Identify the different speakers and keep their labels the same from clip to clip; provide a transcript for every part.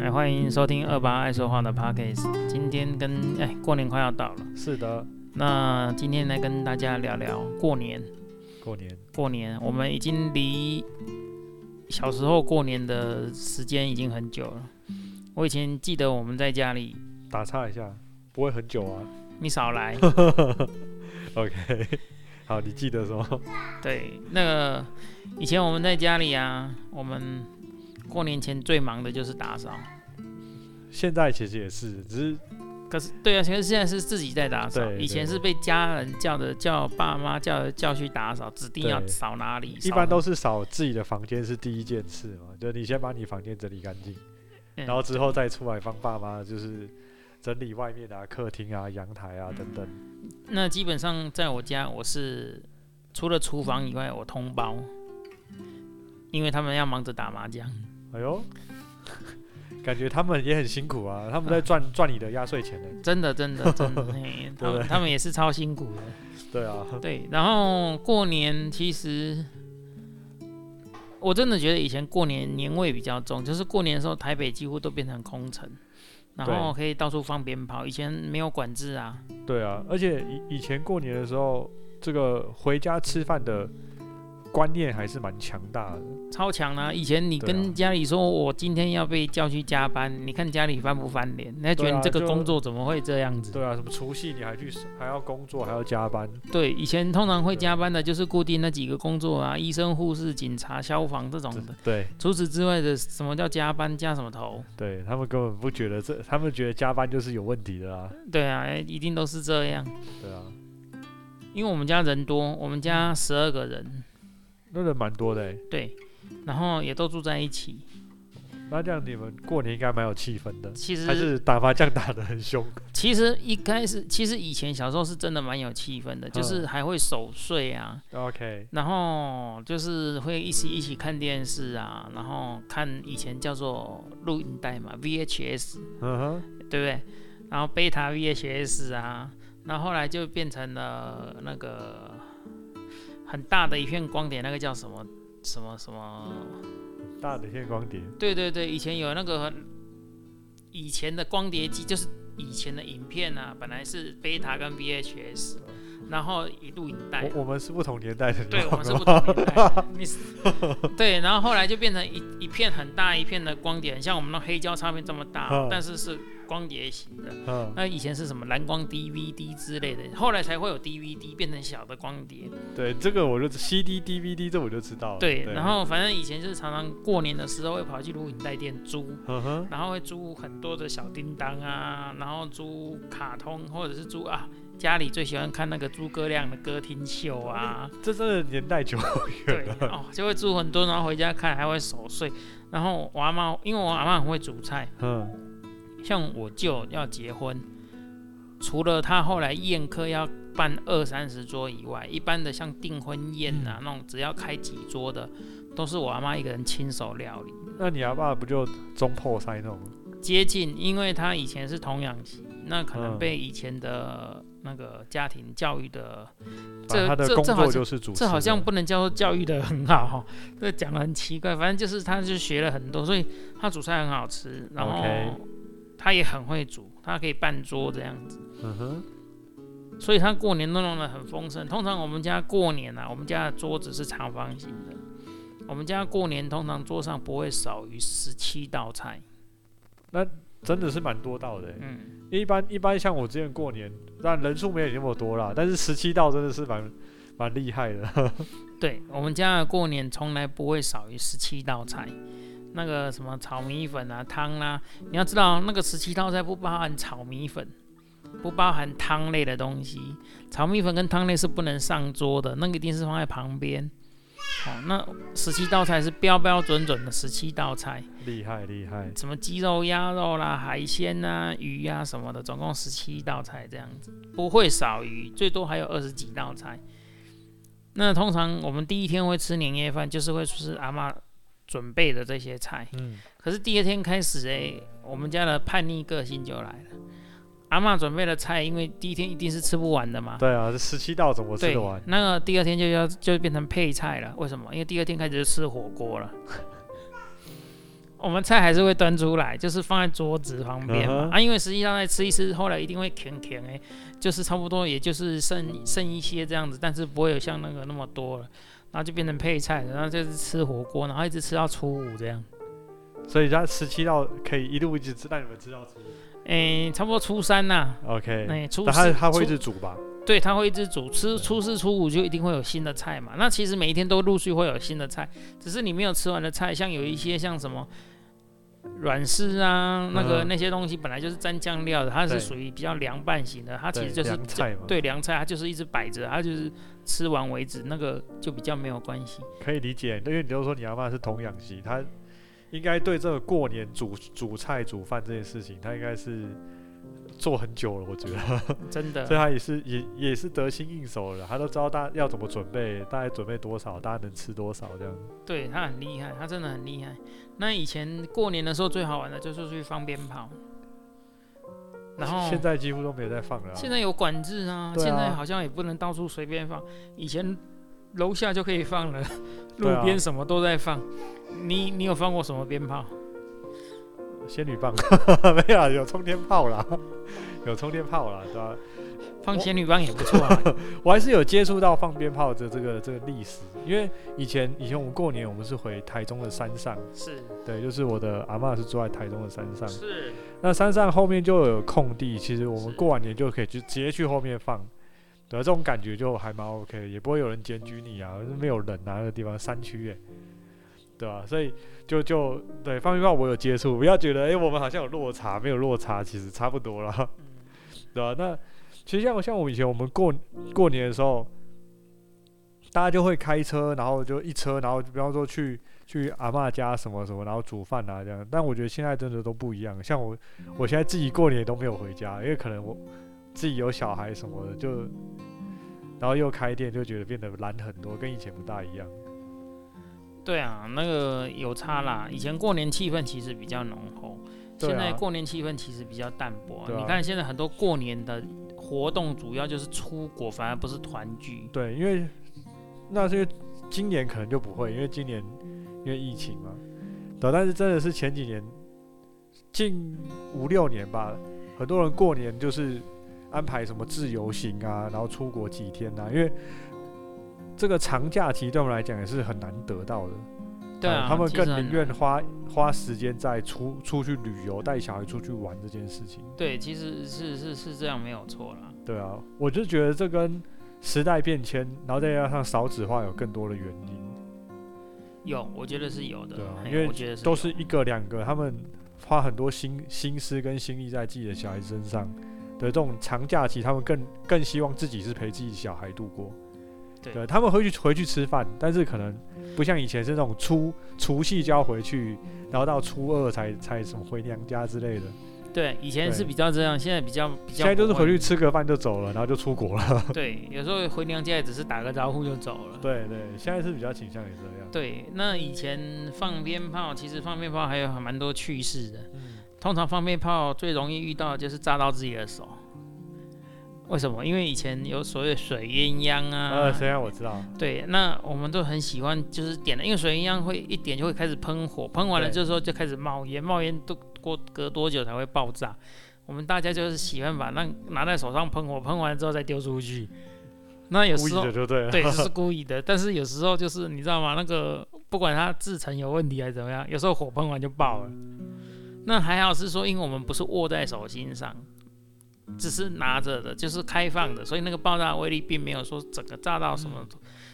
Speaker 1: 哎，欢迎收听二八爱说话的 Podcast。今天跟哎，过年快要到了，
Speaker 2: 是的，
Speaker 1: 那今天来跟大家聊聊过年。
Speaker 2: 过年
Speaker 1: 过年，我们已经离小时候过年的时间已经很久了。我以前记得我们在家里，
Speaker 2: 打岔一下，不会很久啊。
Speaker 1: 你少来，
Speaker 2: OK，好，你记得什么？
Speaker 1: 对，那个以前我们在家里啊，我们过年前最忙的就是打扫。
Speaker 2: 现在其实也是，只是
Speaker 1: 可是，对啊，其实现在是自己在打扫，
Speaker 2: 对
Speaker 1: 以前是被家人叫着叫爸妈叫着叫去打扫，指定要
Speaker 2: 对
Speaker 1: 扫哪里。
Speaker 2: 一
Speaker 1: 扫
Speaker 2: 般都是扫自己的房间是第一件事嘛，就你先把你房间整理干净，
Speaker 1: 嗯
Speaker 2: 然后之后再出来帮爸妈就是整理外面啊、客厅啊、阳台啊等等。
Speaker 1: 那基本上在我家，我是除了厨房以外，我通包，因为他们要忙着打麻将。
Speaker 2: 哎呦，感觉他们也很辛苦啊，他们在赚赚你的压岁钱呢。
Speaker 1: 真的，真的，真 的，嘿他
Speaker 2: 对
Speaker 1: 们他们也是超辛苦的。
Speaker 2: 对啊，
Speaker 1: 对，然后过年其实我真的觉得以前过年年味比较重，就是过年的时候台北几乎都变成空城，然后可以到处放鞭炮，以前没有管制啊。
Speaker 2: 对啊，而且以以前过年的时候，这个回家吃饭的观念还是蛮强大的。
Speaker 1: 超强啊！以前你
Speaker 2: 对啊
Speaker 1: 跟家里说，我今天要被叫去加班，你看家里翻不翻脸？人家觉
Speaker 2: 对
Speaker 1: 得
Speaker 2: 啊
Speaker 1: 你这个
Speaker 2: 就
Speaker 1: 工作怎么会这样子？
Speaker 2: 对啊，什么除夕你还去还要工作还要加班，
Speaker 1: 对，以前通常会
Speaker 2: 对
Speaker 1: 加班的，就是固定那几个工作啊，医生、护士、警察、消防这种的。
Speaker 2: 对
Speaker 1: 除此之外的，什么叫加班？加什么头？
Speaker 2: 对，他们根本不觉得这，他们觉得加班就是有问题的啦，
Speaker 1: 对啊，哎一定都是这样。
Speaker 2: 对啊，
Speaker 1: 因为我们家人多，我们
Speaker 2: 嗯
Speaker 1: 家十二个人，
Speaker 2: 那人蛮多的欸，
Speaker 1: 对，然后也都住在一起。
Speaker 2: 那这样你们过年应该蛮有气氛的，
Speaker 1: 其
Speaker 2: 还
Speaker 1: 实，
Speaker 2: 是打麻将打得很凶，
Speaker 1: 其实一开始，其实以前小时候是真的蛮有气氛
Speaker 2: 嗯
Speaker 1: 的，就是还会守岁啊，
Speaker 2: ？OK，
Speaker 1: 然后就是会一起一起看电视啊，然后看以前叫做录影带嘛，VHS，
Speaker 2: 嗯哼，
Speaker 1: 对不对？然后贝塔 VHS 啊，然后后来就变成了那个很大的一片光碟，那个叫什么什么什么
Speaker 2: 大的天光碟，
Speaker 1: 对对对，以前有那个以前的光碟机，就是以前的影片啊，本来是贝塔跟 VHS，然后一路影带啊。
Speaker 2: 我我们是不同年代的，你
Speaker 1: 对，我
Speaker 2: 忘
Speaker 1: 们是
Speaker 2: 了
Speaker 1: 不同年 代。你是对，然后后来就变成一一片很大一片的光碟，很像我们那黑胶唱片这么大
Speaker 2: 嗯，
Speaker 1: 但是是光碟型的。
Speaker 2: 嗯，
Speaker 1: 那以前是什么蓝光 DVD 之类的，后来才会有 DVD 变成小的光碟。
Speaker 2: 对，这个我就 CD、DVD 这我就知道了，
Speaker 1: 哦对，然，后反正以前就是常常过年的时候会跑去录影带店租。
Speaker 2: 嗯哼，
Speaker 1: 然后会租很多的小叮当啊，然后租卡通，或者是租啊家里最喜欢看那个诸葛亮的歌厅秀啊，
Speaker 2: 这真的年代久
Speaker 1: 对
Speaker 2: 远了，
Speaker 1: 哦，就会租很多，然后回家看还会守岁。然后我阿妈，因为我阿妈很会煮菜，
Speaker 2: 嗯，
Speaker 1: 像我舅要结婚，除了他后来宴客要办二三十桌以外，一般的像订婚宴啊、那种只要开几桌的，都是我阿妈一个人亲手料理。
Speaker 2: 那你阿爸不就中破塞那种？
Speaker 1: 接近，因为他以前是童养媳，那可能
Speaker 2: 嗯
Speaker 1: 被以前的那个家庭教育的，
Speaker 2: 把
Speaker 1: 这
Speaker 2: 他的
Speaker 1: 这
Speaker 2: 工
Speaker 1: 这好像
Speaker 2: 作就是主持人，
Speaker 1: 这好像不能叫做教育的很好、哦，这讲的很奇怪。反正就是他就学了很多，所以他煮菜很好吃，然后
Speaker 2: OK
Speaker 1: 他也很会煮，他可以办桌这样子，
Speaker 2: 嗯哼，
Speaker 1: 所以他过年都弄得很丰盛。通常我们家过年啊，我们家的桌子是长方形的，我们家过年通常桌上不会少于十七道菜，
Speaker 2: 真的是蛮多道的欸。
Speaker 1: 嗯。
Speaker 2: 一般一般像我之前过年，但人数没有你那么多啦，但是十七道真的是蛮蛮厉害的。
Speaker 1: 对我们家的过年从来不会少于十七道菜，那个什么炒米粉啊、汤啦、你要知道那个十七道菜不包含炒米粉，不包含汤类的东西，炒米粉跟汤类是不能上桌的，那个一定是放在旁边。好、那十七道菜是标标准准的十七道菜，
Speaker 2: 厉害 厉害，
Speaker 1: 什么鸡肉、鸭肉啦、海鲜呐、鱼呀、什么的，总共十七道菜这样子，不会少于，最多还有二十几道菜。那通常我们第一天会吃年夜饭，就是会吃阿嬷准备的这些菜。
Speaker 2: 嗯，
Speaker 1: 可是第二天开始、诶，我们家的叛逆个性就来了。阿嬷准备的菜，因为第一天一定是吃不完的嘛，
Speaker 2: 对啊，这十七道怎么吃
Speaker 1: 对
Speaker 2: 得完？
Speaker 1: 那个第二天就要就变成配菜了，为什么？因为第二天开始就吃火锅了。 我们菜还是会端出来，就是放在桌子旁边嘛。
Speaker 2: 嗯哼
Speaker 1: 啊，因为实际上在吃一吃，后来一定会甜甜哎，就是差不多，也就是剩剩一些这样子，但是不会有像那个那么多了。然后就变成配菜，然后就是吃火锅，然后一直吃到初五这样。
Speaker 2: 所以他十七道可以一路一直吃，让你们吃到初一
Speaker 1: 诶、差不多初三呐、
Speaker 2: OK，
Speaker 1: 哎、初
Speaker 2: 那他
Speaker 1: 四
Speaker 2: 他会一
Speaker 1: 初
Speaker 2: 直煮吧？
Speaker 1: 对，他会一直煮，吃
Speaker 2: 对
Speaker 1: 初四、初五就一定会有新的菜嘛。那其实每一天都陆续会有新的菜，只是你没有吃完的菜，像有一些像什么软柿啊，那个
Speaker 2: 嗯
Speaker 1: 那些东西本来就是沾酱料的，它是
Speaker 2: 对
Speaker 1: 属于比较凉拌型的，它其
Speaker 2: 对
Speaker 1: 实就是
Speaker 2: 凉菜嘛，，
Speaker 1: 对凉菜，它就是一直摆着，它就是吃完为止，那个就比较没有关系。
Speaker 2: 可以理解。因为你都说你阿妈是童养媳，她应该对这个过年煮煮菜、煮饭这件事情，她应该是做很久了，我觉得。
Speaker 1: 啊真的
Speaker 2: 所以他也是也也是得心应手了，他都知道大要怎么准备，大概准备多少，大家能吃多少这样。
Speaker 1: 对他很厉害，他真的很厉害。那以前过年的时候最好玩的就是去放鞭炮，然后
Speaker 2: 现在几乎都没有在放了、啊。
Speaker 1: 现在有管制啊，
Speaker 2: 对啊
Speaker 1: 现在好像也不能到处随便放，以前楼下就可以放了，路
Speaker 2: 对啊
Speaker 1: 边什么都在放。你你有放过什么鞭炮？
Speaker 2: 仙女棒 没有啊，有冲天炮啦，有冲天炮啦，对吧、
Speaker 1: 放仙女棒也不错 啊。
Speaker 2: 我还是有接触到放鞭炮的这个这个历史，因为以前以前我们过年我们是回台中的山上，
Speaker 1: 是
Speaker 2: 对，就是我的阿嬷是住在台中的山上，
Speaker 1: 是，
Speaker 2: 那山上后面就有空地，其实我们
Speaker 1: 是
Speaker 2: 过完年就可以去直接去后面放，对、啊，这种感觉就还蛮 OK，的也不会有人检举你啊，没有人啊，那个地方山区哎、对吧、啊所以就就对放鞭炮我有接触，不要觉得哎、诶我们好像有落差，没有落差，其实差不多啦，对吧、那其实像像我们以前我们过过年的时候，大家就会开车，然后就一车，然后就比方说去去阿嬷家什么什么，然后煮饭啊这样。但我觉得现在真的都不一样，像我我现在自己过年都没有回家，因为可能我自己有小孩什么的，就然后又开店，就觉得变得懒很多，跟以前不大一样。
Speaker 1: 对啊，那个有差啦。以前过年气氛其实比较浓厚，
Speaker 2: 嗯对啊
Speaker 1: 现在过年气氛其实比较淡薄。
Speaker 2: 对啊
Speaker 1: 你看现在很多过年的活动主要就是出国，反而不是团聚。
Speaker 2: 对，因为那是因为今年可能就不会，因为今年因为疫情嘛，对，但是真的是前几年，近五六年吧，很多人过年就是安排什么自由行啊，然后出国几天啊，因为这个长假期对我们来讲也是很难得到的。
Speaker 1: 对啊，
Speaker 2: 哎他们
Speaker 1: 其实
Speaker 2: 更
Speaker 1: 很
Speaker 2: 宁愿
Speaker 1: 难
Speaker 2: 花花时间在出出去旅游、带小孩出去玩这件事情。
Speaker 1: 对，其实是是是这样没有错啦。
Speaker 2: 对啊，我就觉得这跟时代变迁，然后再加上少子化有更多的原因，
Speaker 1: 有，我觉得是有的，
Speaker 2: 对啊
Speaker 1: 嘿
Speaker 2: 因为
Speaker 1: 我觉得是
Speaker 2: 都
Speaker 1: 有
Speaker 2: 是一个两个，他们花很多心心思跟心力在自己的小孩身上的这种长假期，他们更更希望自己是陪自己小孩度过。
Speaker 1: 对
Speaker 2: 对，他们回去回去吃饭，但是可能不像以前是那种初除夕就要回去，然后到初二才才什么回娘家之类的。
Speaker 1: 对，以前是
Speaker 2: 对
Speaker 1: 比较这样，现在比较比较
Speaker 2: 现在就是
Speaker 1: 不
Speaker 2: 回
Speaker 1: 会
Speaker 2: 去吃个饭就走了，然后就出国了。
Speaker 1: 对，有时候回娘家也只是打个招呼就走了。
Speaker 2: 对对，现在是比较倾向于这样。
Speaker 1: 对，那以前放鞭炮，其实放鞭炮还有还蛮多趣事的。
Speaker 2: 嗯，
Speaker 1: 通常放鞭炮最容易遇到的就是炸到自己的手，为什么？因为以前有所谓水鸳鸯啊
Speaker 2: 呃，，虽然我知道，
Speaker 1: 对，那我们都很喜欢，就是点了，因为水银样会一点就会开始喷火，喷完了
Speaker 2: 对
Speaker 1: 之后就开始冒烟，冒烟都过隔多久才会爆炸？我们大家就是喜欢把那拿在手上喷火，喷完之后再丢出去。那有
Speaker 2: 故意
Speaker 1: 时候
Speaker 2: 的就对了。
Speaker 1: 对，这是故意的，但是有时候就是你知道吗？那个不管它制成有问题还是怎么样，有时候火喷完就爆了。那还好是说，因为我们不是握在手心上，只是拿着的，就是开放的，所以那个爆炸威力并没有说整个炸到什么，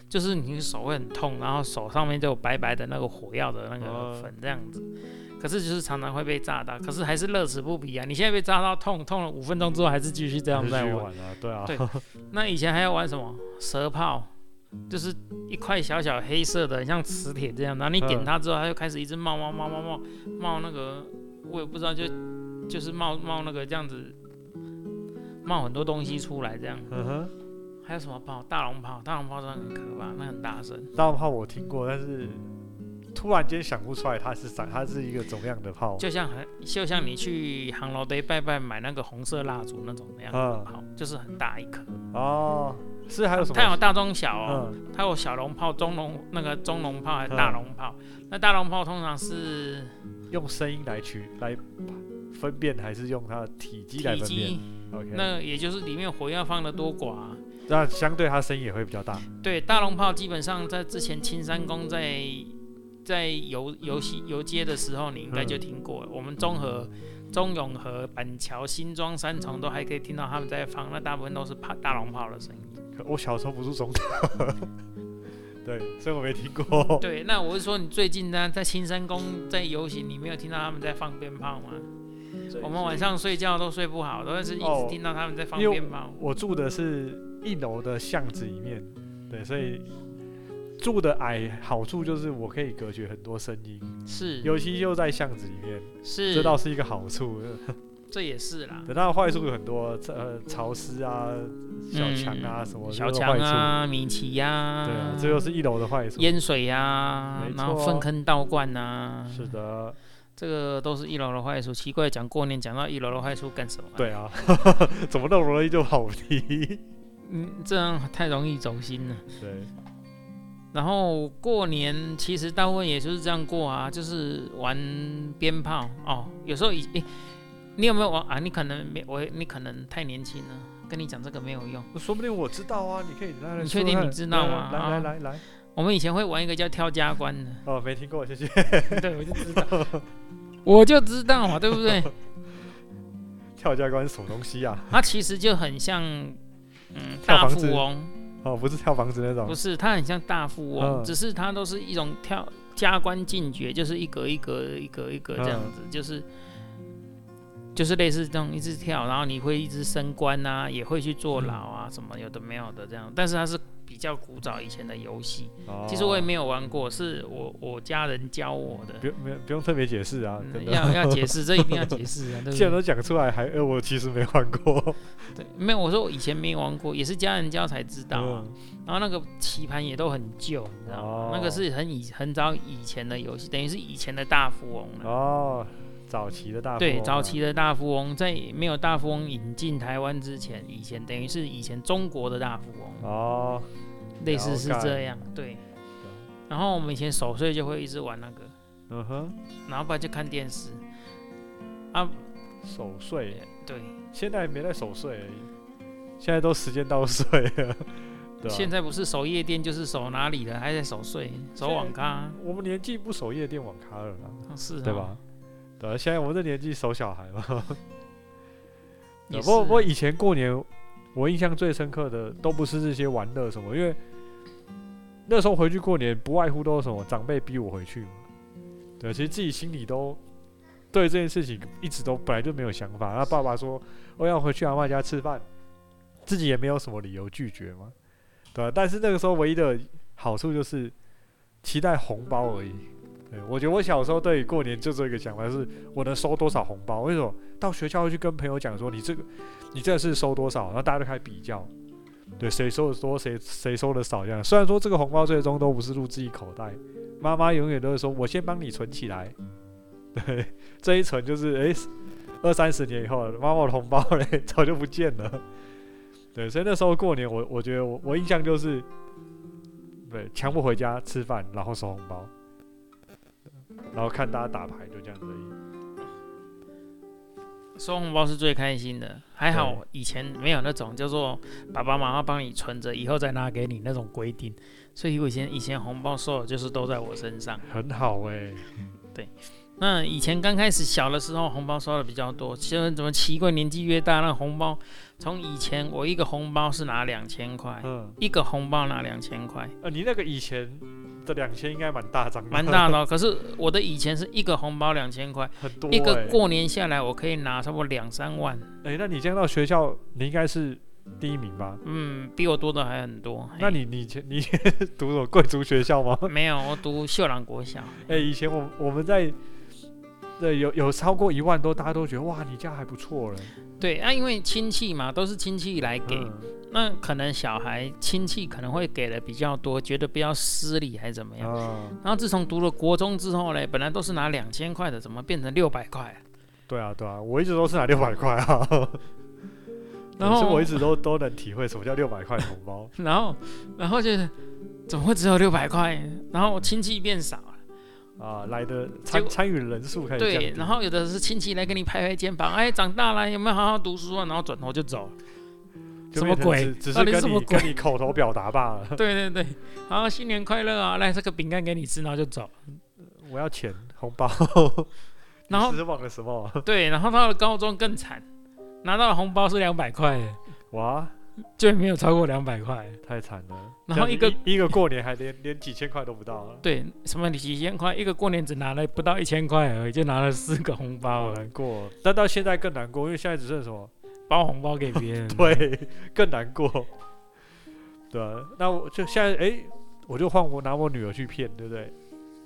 Speaker 1: 就是你手会很痛，然后手上面就有白白的那个火药的那个
Speaker 2: 哦
Speaker 1: 粉这样子。可是就是常常会被炸到，可是还是乐此不疲啊！你现在被炸到痛，痛了五分钟之后还是继续这
Speaker 2: 这
Speaker 1: 样在玩。
Speaker 2: 玩啊，对 啊，
Speaker 1: 对那以前还要玩什么蛇炮，就是一块小小黑色的，很像磁铁这样，然后你点
Speaker 2: 嗯
Speaker 1: 它之后，它就开始一直冒冒冒冒冒冒那个，我也不知道，就就是冒冒那个这样子，冒很多东西出来这样。
Speaker 2: 嗯哼，
Speaker 1: 还有什么炮？大龙炮，大龙炮真的很可怕，那很大声。
Speaker 2: 大龙炮我听过，但是突然间想不出来它是啥，它是一个怎么样的炮。
Speaker 1: 就像很就像你去航楼堆拜拜买那个红色蜡烛那种那样的
Speaker 2: 嗯
Speaker 1: 炮，就是很大一颗。
Speaker 2: 哦，是还有什
Speaker 1: 它有
Speaker 2: 么？
Speaker 1: 大中小哦。
Speaker 2: 嗯，
Speaker 1: 它有小龙炮、中龙那个中龙炮还有
Speaker 2: 嗯
Speaker 1: 大龙炮。那大龙炮通常是
Speaker 2: 用声音来区来分辨，还是用它的体积来
Speaker 1: 体
Speaker 2: 分辨
Speaker 1: 积，
Speaker 2: ？OK，
Speaker 1: 那也就是里面火药放的多寡啊、
Speaker 2: 那相对它声音也会比较大。
Speaker 1: 对，大龙炮基本上在之前青山宫在在游游戏游街的时候，你应该就听过了。我们中和、中永和、板桥、新庄、三重都还可以听到他们在放，那大部分都是炮大龙炮的声音。
Speaker 2: 可我小时候不住中岛， 对，所以我没听过。
Speaker 1: 对，那我是说，你最近呢，在青山宫在游行，你没有听到他们在放鞭炮吗？我们晚上睡觉都睡不好，都是一
Speaker 2: 哦
Speaker 1: 直听到他们在放
Speaker 2: 因为
Speaker 1: 鞭炮。
Speaker 2: 我住的是一楼的巷子里面，对，所以住的矮，好处就是我可以隔绝很多声音，
Speaker 1: 是
Speaker 2: 尤其又在巷子里面，
Speaker 1: 是，
Speaker 2: 这倒是一个好处。
Speaker 1: 这也是啦。
Speaker 2: 等到坏处有很多，呃，潮湿啊、小强啊、什么，
Speaker 1: 嗯小
Speaker 2: 这都是
Speaker 1: 强
Speaker 2: 坏处。
Speaker 1: 啊，米奇呀、
Speaker 2: 对啊，这就是一楼的坏处。
Speaker 1: 淹水呀、
Speaker 2: 没错
Speaker 1: 然
Speaker 2: 啊
Speaker 1: 后粪坑倒灌呐、
Speaker 2: 是的，
Speaker 1: 这个都是一楼的坏处。奇怪，讲过年讲到一楼的坏处干什么、，
Speaker 2: 对啊， 怎么那么容易就跑题？
Speaker 1: 嗯，这样太容易走心了。
Speaker 2: 对，
Speaker 1: 然后过年其实大部分也就是这样过啊，就是玩鞭炮哦。有时候以诶、你有没有玩啊？你可能没我，你可能太年轻了，跟你讲这个没有用。
Speaker 2: 说不定我知道啊，你可以来来
Speaker 1: 你
Speaker 2: 说
Speaker 1: 确定
Speaker 2: 看
Speaker 1: 你知道吗
Speaker 2: 来来
Speaker 1: 啊
Speaker 2: 来来来，
Speaker 1: 我们以前会玩一个叫挑家关的，
Speaker 2: 哦，没听过，谢谢。
Speaker 1: 对，我就知道，我就知道嘛，对不对？
Speaker 2: 跳家关是什么东西啊？
Speaker 1: 它其实就很像，嗯，
Speaker 2: 跳
Speaker 1: 大
Speaker 2: 房
Speaker 1: 富
Speaker 2: 子
Speaker 1: 翁，
Speaker 2: 哦，不是跳房子那种
Speaker 1: 不。是，它很像大富翁，
Speaker 2: 嗯
Speaker 1: 只是它都是一种跳加官进爵，就是一格一格一格一格这
Speaker 2: 嗯
Speaker 1: 样子，就是就是类似这种一直跳，然后你会一直升官啊，也会去坐牢啊，什么有的没有的这样。但是它是比较古早以前的游戏，
Speaker 2: 哦
Speaker 1: 其实我也没有玩过，是我我家人教我的。
Speaker 2: 不用没有不用特别解释啊，
Speaker 1: 嗯
Speaker 2: 真的。
Speaker 1: 要要解释，这一定要解释 啊，对不
Speaker 2: 既然
Speaker 1: 对？
Speaker 2: 都讲出来，还呃，我其实没玩 过。
Speaker 1: 对，没有，我说我以前没玩过，也是家人教才知道
Speaker 2: 嗯
Speaker 1: 啊。然后那个棋盘也都很旧，你知道吗？
Speaker 2: 哦
Speaker 1: 那个是很以很早以前的游戏，等于是以前的大富翁
Speaker 2: 嗯
Speaker 1: 了。
Speaker 2: 哦，早期的大富
Speaker 1: 对，
Speaker 2: 翁啊
Speaker 1: 早期的大富翁在没有大富翁引进台湾之前，以前等于是以前中国的大富翁，
Speaker 2: 哦，
Speaker 1: 类似是
Speaker 2: 了解
Speaker 1: 这样。对。然后我们以前守岁就会一直玩那个，
Speaker 2: 嗯哼，
Speaker 1: 然后不然就看电视。
Speaker 2: 守岁，
Speaker 1: 对，
Speaker 2: 现在没在守岁而已，现在都时间到岁了， 对吧？啊
Speaker 1: 现在不是守夜店就是守哪里了，还在守岁、守网咖，
Speaker 2: 我们年纪不守夜店网咖了啦，
Speaker 1: 是、哦、
Speaker 2: 对？吧？对啊，现在我们这年纪守小孩嘛。
Speaker 1: 也
Speaker 2: 对
Speaker 1: 是
Speaker 2: 不过不过以前过年，我印象最深刻的都不是这些玩乐什么，因为那时候回去过年，不外乎都是什么长辈逼我回去嘛。对，其实自己心里都对这件事情一直都本来就没有想法。那爸爸说我要回去阿妈家吃饭，自己也没有什么理由拒绝嘛，对吧、但是那个时候唯一的好处就是期待红包而已。对，我觉得我小时候对于过年就只有一个想法，是我能收多少红包。为什么到学校会去跟朋友讲说你这个你这是收多少，然后大家就开始比较，对，谁收的多，谁谁收的少这样。虽然说这个红包最终都不是入自己口袋，妈妈永远都会说我先帮你存起来，对，这一存就是诶二三十年以后，妈妈我的红包嘞 早就不见了。对，所以那时候过年我，我觉得我我印象就是，对，强迫回家吃饭，然后收红包，然后看大家打牌，就这样子而已。
Speaker 1: 收红包是最开心的，还好以前没有那种叫做爸爸妈妈帮你存着，以后再拿给你那种规定，所以我以前以前红包收的就是都在我身上。
Speaker 2: 很好哎、
Speaker 1: 那以前刚开始小的时候，红包收的比较多，现在怎么奇怪，年纪越大，那红包从以前我一个红包是拿两千块，
Speaker 2: 嗯，
Speaker 1: 一个红包拿两千块，
Speaker 2: 呃，你那个以前的两千应该蛮大张的，
Speaker 1: 蛮大的、哦。可是我的以前是一个红包两千块，
Speaker 2: 很多、欸。
Speaker 1: 一个过年下来我可以拿差不多两三万，
Speaker 2: 哎、那你今天到学校，你应该是第一名吧？
Speaker 1: 嗯，比我多的还很多。
Speaker 2: 那你你以前你读什么贵族学校吗？
Speaker 1: 没有，我读秀朗国小。
Speaker 2: 哎、以前我我们在，对，有有超过一万多，大家都觉得哇，你家还不错了。
Speaker 1: 对啊，因为亲戚嘛，都是亲戚来给，
Speaker 2: 嗯
Speaker 1: 那可能小孩亲戚可能会给的比较多，觉得比较失礼还是怎么样。
Speaker 2: 啊，
Speaker 1: 然后自从读了国中之后呢，本来都是拿两千块的，怎么变成六百块啊？
Speaker 2: 对啊，对啊，我一直都是拿六百块啊。
Speaker 1: 然
Speaker 2: 可是
Speaker 1: 后
Speaker 2: 我一直都都能体会什么叫六百块红包。
Speaker 1: 然后，然后就是怎么会只有六百块？然后亲戚变少了，
Speaker 2: 啊来的
Speaker 1: 结
Speaker 2: 参
Speaker 1: 果
Speaker 2: 参与人数开始降低
Speaker 1: 对，然后有的是亲戚来跟你拍拍肩膀，哎，长大了有没有好好读书啊？然后转头就 走。
Speaker 2: 就
Speaker 1: 什么
Speaker 2: 变成
Speaker 1: 鬼
Speaker 2: 只只
Speaker 1: 到底是
Speaker 2: 是跟
Speaker 1: 什么
Speaker 2: 你
Speaker 1: 鬼
Speaker 2: 跟你口头表达罢了。
Speaker 1: 对对对，好，新年快乐啊！来这个饼干给你吃，然后就走。
Speaker 2: 我要钱红包，
Speaker 1: 然后
Speaker 2: 你是忘了什么？
Speaker 1: 对，然后到了高中更惨，拿到的红包是两百块的，
Speaker 2: 哇，
Speaker 1: 就没有超过两百块。
Speaker 2: 太惨了！
Speaker 1: 然后
Speaker 2: 这样
Speaker 1: 一个
Speaker 2: 一个过年还连连几千块都不到啊，
Speaker 1: 对，什么几千块，一个过年只拿了不到一千块而已，就拿了四个红包
Speaker 2: 好
Speaker 1: 了，
Speaker 2: 难过。但到现在更难过，因为现在只剩什么？
Speaker 1: 包红包给别人。
Speaker 2: 对，更难过。对啊，那我就现在哎、我就换我拿我女儿去骗，对不对？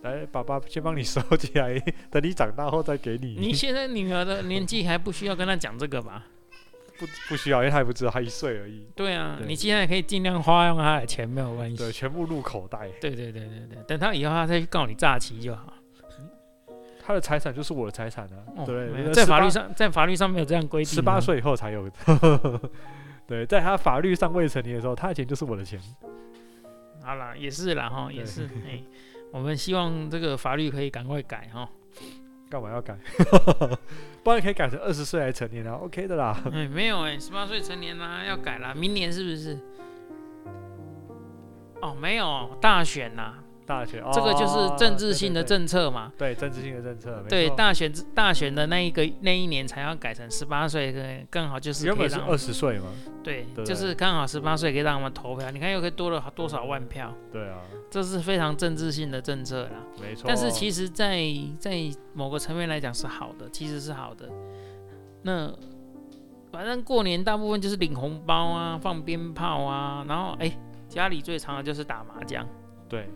Speaker 2: 来，爸爸先帮你收起来，等你长大后再给你。
Speaker 1: 你现在女儿的年纪还不需要跟她讲这个吧？
Speaker 2: 不不需要，因为她还不知道，她一岁而已。
Speaker 1: 对啊，
Speaker 2: 对
Speaker 1: 你现在可以尽量花用她的钱，没有关系。
Speaker 2: 对，全部入口袋。
Speaker 1: 对对对对对，等她以后她再去告你诈欺就好。
Speaker 2: 她的财产就是我的财产啊，
Speaker 1: 哦
Speaker 2: 对不
Speaker 1: 没有
Speaker 2: 对？
Speaker 1: 在法律
Speaker 2: 18
Speaker 1: 上，在法律上没有这样规定。啊
Speaker 2: 十八，岁以后才有。 对，在他法律上未成年的时候，他的钱就是我的钱。
Speaker 1: 好啦，也是啦哈，也
Speaker 2: 对
Speaker 1: 是。哎，我们希望这个法律可以赶快改哈。
Speaker 2: 干嘛要改？ 不然可以改成二十岁才成年啊，OK 的啦。
Speaker 1: 哎，没有哎、十八岁成年啦、要改啦，明年是不是？哦，没有大选呐、
Speaker 2: 大学，
Speaker 1: 这个就是
Speaker 2: 哦
Speaker 1: 政治性的，政策嘛。
Speaker 2: 对对对对政治性的政策，没
Speaker 1: 对
Speaker 2: 错
Speaker 1: 大选大选的那一个那一年才要改成十八岁，对刚好就是
Speaker 2: 原
Speaker 1: 可以
Speaker 2: 本是
Speaker 1: 让
Speaker 2: 二十岁嘛，
Speaker 1: 对，
Speaker 2: 对
Speaker 1: 就是刚好十八岁可以让我们投票。你看又可以多了多少万票，
Speaker 2: 对啊，
Speaker 1: 这是非常政治性的政策啦。
Speaker 2: 没错。
Speaker 1: 但是其实在，在某个层面来讲是好的，其实是好的。那反正过年大部分就是领红包啊，放鞭炮啊，然后哎、家里最常的就是打麻将，
Speaker 2: 对，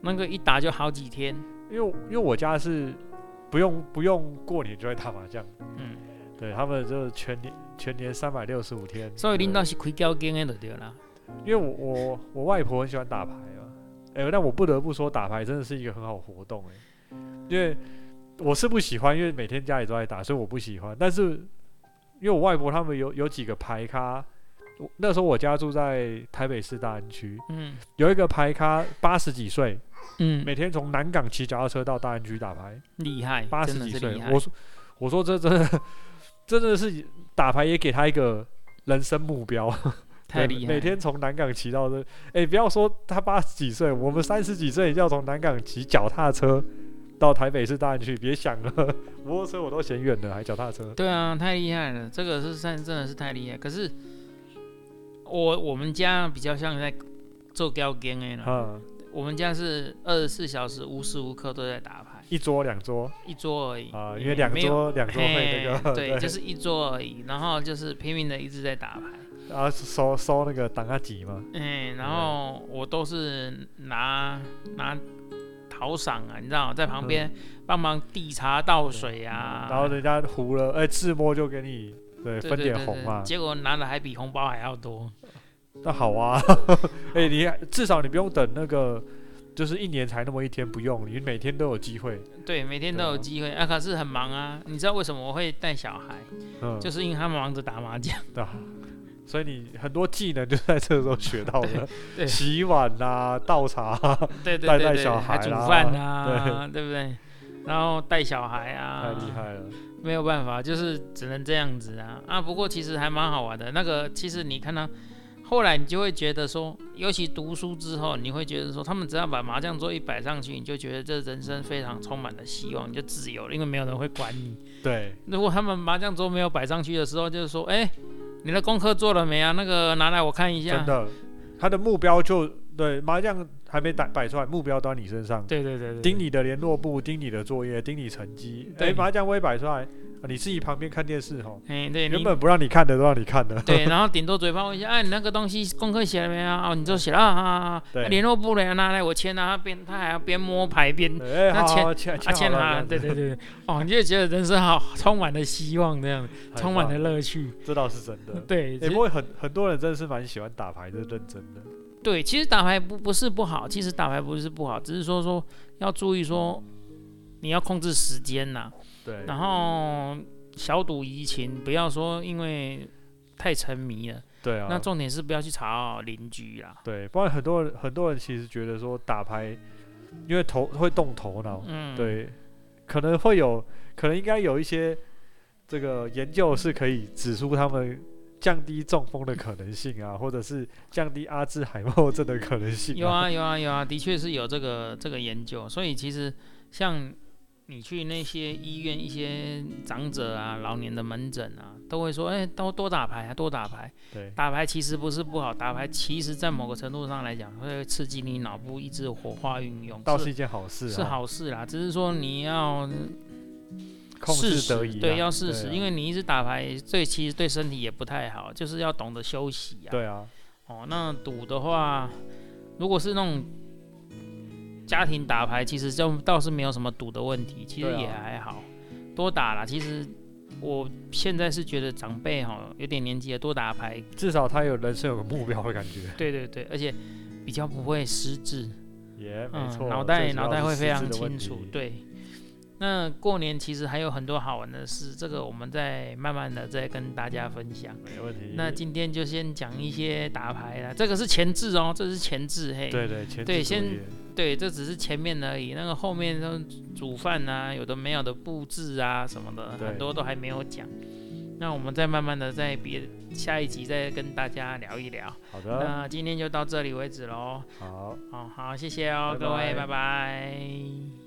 Speaker 1: 那个一打就好几天。
Speaker 2: 因为我因为我家是不用不用过年就会打麻将，
Speaker 1: 嗯，
Speaker 2: 对他们就是全年全年三百六十五天，
Speaker 1: 所以
Speaker 2: 对
Speaker 1: 领导是亏交game 的就对啦。
Speaker 2: 因为我我我外婆很喜欢打牌嘛，哎、那我不得不说打牌真的是一个很好活动哎、因为我是不喜欢，因为每天家里都在打，所以我不喜欢。但是因为我外婆他们有有几个牌咖，我那时候我家住在台北市大安区，
Speaker 1: 嗯
Speaker 2: 有一个牌咖八十几岁，
Speaker 1: 嗯，
Speaker 2: 每天从南港骑脚踏车到大安区打牌，
Speaker 1: 厉害，
Speaker 2: 八
Speaker 1: 真
Speaker 2: 十
Speaker 1: 的
Speaker 2: 几
Speaker 1: 是
Speaker 2: 岁
Speaker 1: 厉害。，
Speaker 2: 我说我说这真的真的是打牌也给他一个人生目标。
Speaker 1: 太
Speaker 2: 对
Speaker 1: 厉害了。
Speaker 2: 每天从南港骑到这，哎、不要说他八十几岁，我们三十几岁要从南港骑脚踏车到台北市大安区，别想了， 摩托车我都嫌远了，还脚踏车。
Speaker 1: 对啊，太厉害了，这个是算真的是太厉害。可是我我们家比较像在做交 game 的啦。
Speaker 2: 嗯，
Speaker 1: 我们家是二十四小时无时无刻都在打牌，
Speaker 2: 一桌两桌
Speaker 1: 一桌而已
Speaker 2: 啊、
Speaker 1: 也
Speaker 2: 因为两
Speaker 1: 没有
Speaker 2: 桌两桌会那
Speaker 1: 嘿
Speaker 2: 个，
Speaker 1: 对，就是一桌而已，然后就是拼命的一直在打牌，
Speaker 2: 啊收收那个档阿吉嘛，
Speaker 1: 嗯，然后我都是拿拿讨赏啊，你知道，在旁边帮忙递茶倒水啊，
Speaker 2: 嗯然后人家胡了，哎、自摸就给你
Speaker 1: 对
Speaker 2: 对分
Speaker 1: 对
Speaker 2: 点
Speaker 1: 对
Speaker 2: 红
Speaker 1: 对
Speaker 2: 嘛，
Speaker 1: 结果拿的还比红包还要多，
Speaker 2: 那好啊， 哎、你还至少你不用等那个。就是一年才那么一天，不用你每天都有机会。
Speaker 1: 对，每天
Speaker 2: 对
Speaker 1: 都有
Speaker 2: 啊
Speaker 1: 机会，啊，可是很忙啊，你知道为什么我会带小孩，
Speaker 2: 嗯，
Speaker 1: 就是因为他们忙着打麻将。
Speaker 2: 对啊，所以你很多技能就在这个时候学到的，
Speaker 1: 对
Speaker 2: 洗碗啊、倒茶、啊，
Speaker 1: 对对
Speaker 2: 带
Speaker 1: 对
Speaker 2: 带
Speaker 1: 对
Speaker 2: 小
Speaker 1: 还
Speaker 2: 孩
Speaker 1: 煮
Speaker 2: 啦
Speaker 1: 饭啊，对不对？然后带小孩
Speaker 2: 太
Speaker 1: 啊，
Speaker 2: 厉害了。
Speaker 1: 没有办法，就是只能这样子啊啊！不过其实还蛮好玩的。那个其实你看他，后来你就会觉得说，尤其读书之后，你会觉得说，他们只要把麻将桌一摆上去，你就觉得这人生非常充满了希望，你就自由了，因为没有人会管你。
Speaker 2: 对，
Speaker 1: 如果他们麻将桌没有摆上去的时候，就是说，哎，你的功课做了没啊？那个拿来我看一下
Speaker 2: 真。的，他的目标就对麻将还没摆摆出来，目标都在你身上，
Speaker 1: 对对对对，
Speaker 2: 盯你的联络簿，盯你的作业，盯你成绩。哎、
Speaker 1: 对
Speaker 2: 麻将未摆出来，啊你自己旁边看电视吼，
Speaker 1: 哎，对，
Speaker 2: 原
Speaker 1: 你
Speaker 2: 本不让你看的都让你看 了。
Speaker 1: 对，然后顶多嘴巴问一下，哎，你那个东西功课写了没啊？哦，你就写了啊啊啊，啊
Speaker 2: 对
Speaker 1: 联络簿了，拿来我签啊，边他还要边摸牌 边
Speaker 2: 对哎、
Speaker 1: 嗯那
Speaker 2: 好
Speaker 1: 钱
Speaker 2: 好，欠
Speaker 1: 啊签
Speaker 2: 好
Speaker 1: 啊，
Speaker 2: 了
Speaker 1: 对对对，对哦，你就觉得人生好充满了希望，这样
Speaker 2: 这样子
Speaker 1: 充满了嗯
Speaker 2: 很棒
Speaker 1: 乐趣。
Speaker 2: 这倒是真的。
Speaker 1: 对，
Speaker 2: 哎、
Speaker 1: 其
Speaker 2: 不
Speaker 1: 实
Speaker 2: 过很很多人真的是蛮喜欢打牌的，认真的。
Speaker 1: 对，其实打牌不不是不好，其实打牌不是不好，只是说说要注意说你要控制时间呐，
Speaker 2: 对，
Speaker 1: 然后小赌怡情，不要说因为太沉迷了。
Speaker 2: 对啊。
Speaker 1: 那重点是不要去吵邻居啦。
Speaker 2: 对，不然很多人很多人其实觉得说打牌因为头会动头脑，
Speaker 1: 嗯，，
Speaker 2: 对，可能会有，可能应该有一些这个研究是可以指出他们降低中风的可能性啊，或者是降低阿兹海默症的可能 性、
Speaker 1: 有，啊有啊有啊，的确是有这个这个研究，所以其实像你去那些医院，一些长者啊、老年的门诊啊，都会说，哎、都多打牌啊，多打牌。
Speaker 2: 对
Speaker 1: 打牌其实不是不好，打牌其实在某个程度上来讲，会刺激你脑部一直活化运用，
Speaker 2: 倒是
Speaker 1: 是
Speaker 2: 一件好事、啊，
Speaker 1: 是好事啦。只是说你要
Speaker 2: 控
Speaker 1: 适
Speaker 2: 制
Speaker 1: 时，
Speaker 2: 得宜啊、
Speaker 1: 对，要适时，
Speaker 2: 啊
Speaker 1: 因为你一直打牌，对其实对身体也不太好，就是要懂得休息啊。
Speaker 2: 对啊，
Speaker 1: 哦，那赌的话，如果是那种家庭打牌，其实就倒是没有什么赌的问题，其实
Speaker 2: 对啊
Speaker 1: 也还好，多打啦。其实我现在是觉得长辈哈有点年纪了，多打牌，
Speaker 2: 至少他有人生有个目标的感觉，
Speaker 1: 对对对，而且比较不会失智，
Speaker 2: 也、没
Speaker 1: 嗯，
Speaker 2: 错，
Speaker 1: 脑袋
Speaker 2: 最主要
Speaker 1: 脑袋
Speaker 2: 是
Speaker 1: 会非
Speaker 2: 失
Speaker 1: 常
Speaker 2: 智的问
Speaker 1: 清楚
Speaker 2: 题，
Speaker 1: 对。那过年其实还有很多好玩的事，这个我们再慢慢的再跟大家分享。
Speaker 2: 没问题。
Speaker 1: 那今天就先讲一些打牌啦，这个是前置哦，这是前置嘿。
Speaker 2: 对对，前
Speaker 1: 对
Speaker 2: 置作
Speaker 1: 先
Speaker 2: 业
Speaker 1: 对，这只是前面而已，那个后面都煮饭啊，有的没有的布置啊什么的，
Speaker 2: 对
Speaker 1: 很多都还没有讲。那我们再慢慢的在别下一集再跟大家聊一聊。
Speaker 2: 好的，
Speaker 1: 那今天就到这里为止喽。
Speaker 2: 好。
Speaker 1: 哦，好，谢谢哦，
Speaker 2: 拜
Speaker 1: 各位，拜
Speaker 2: 拜
Speaker 1: 拜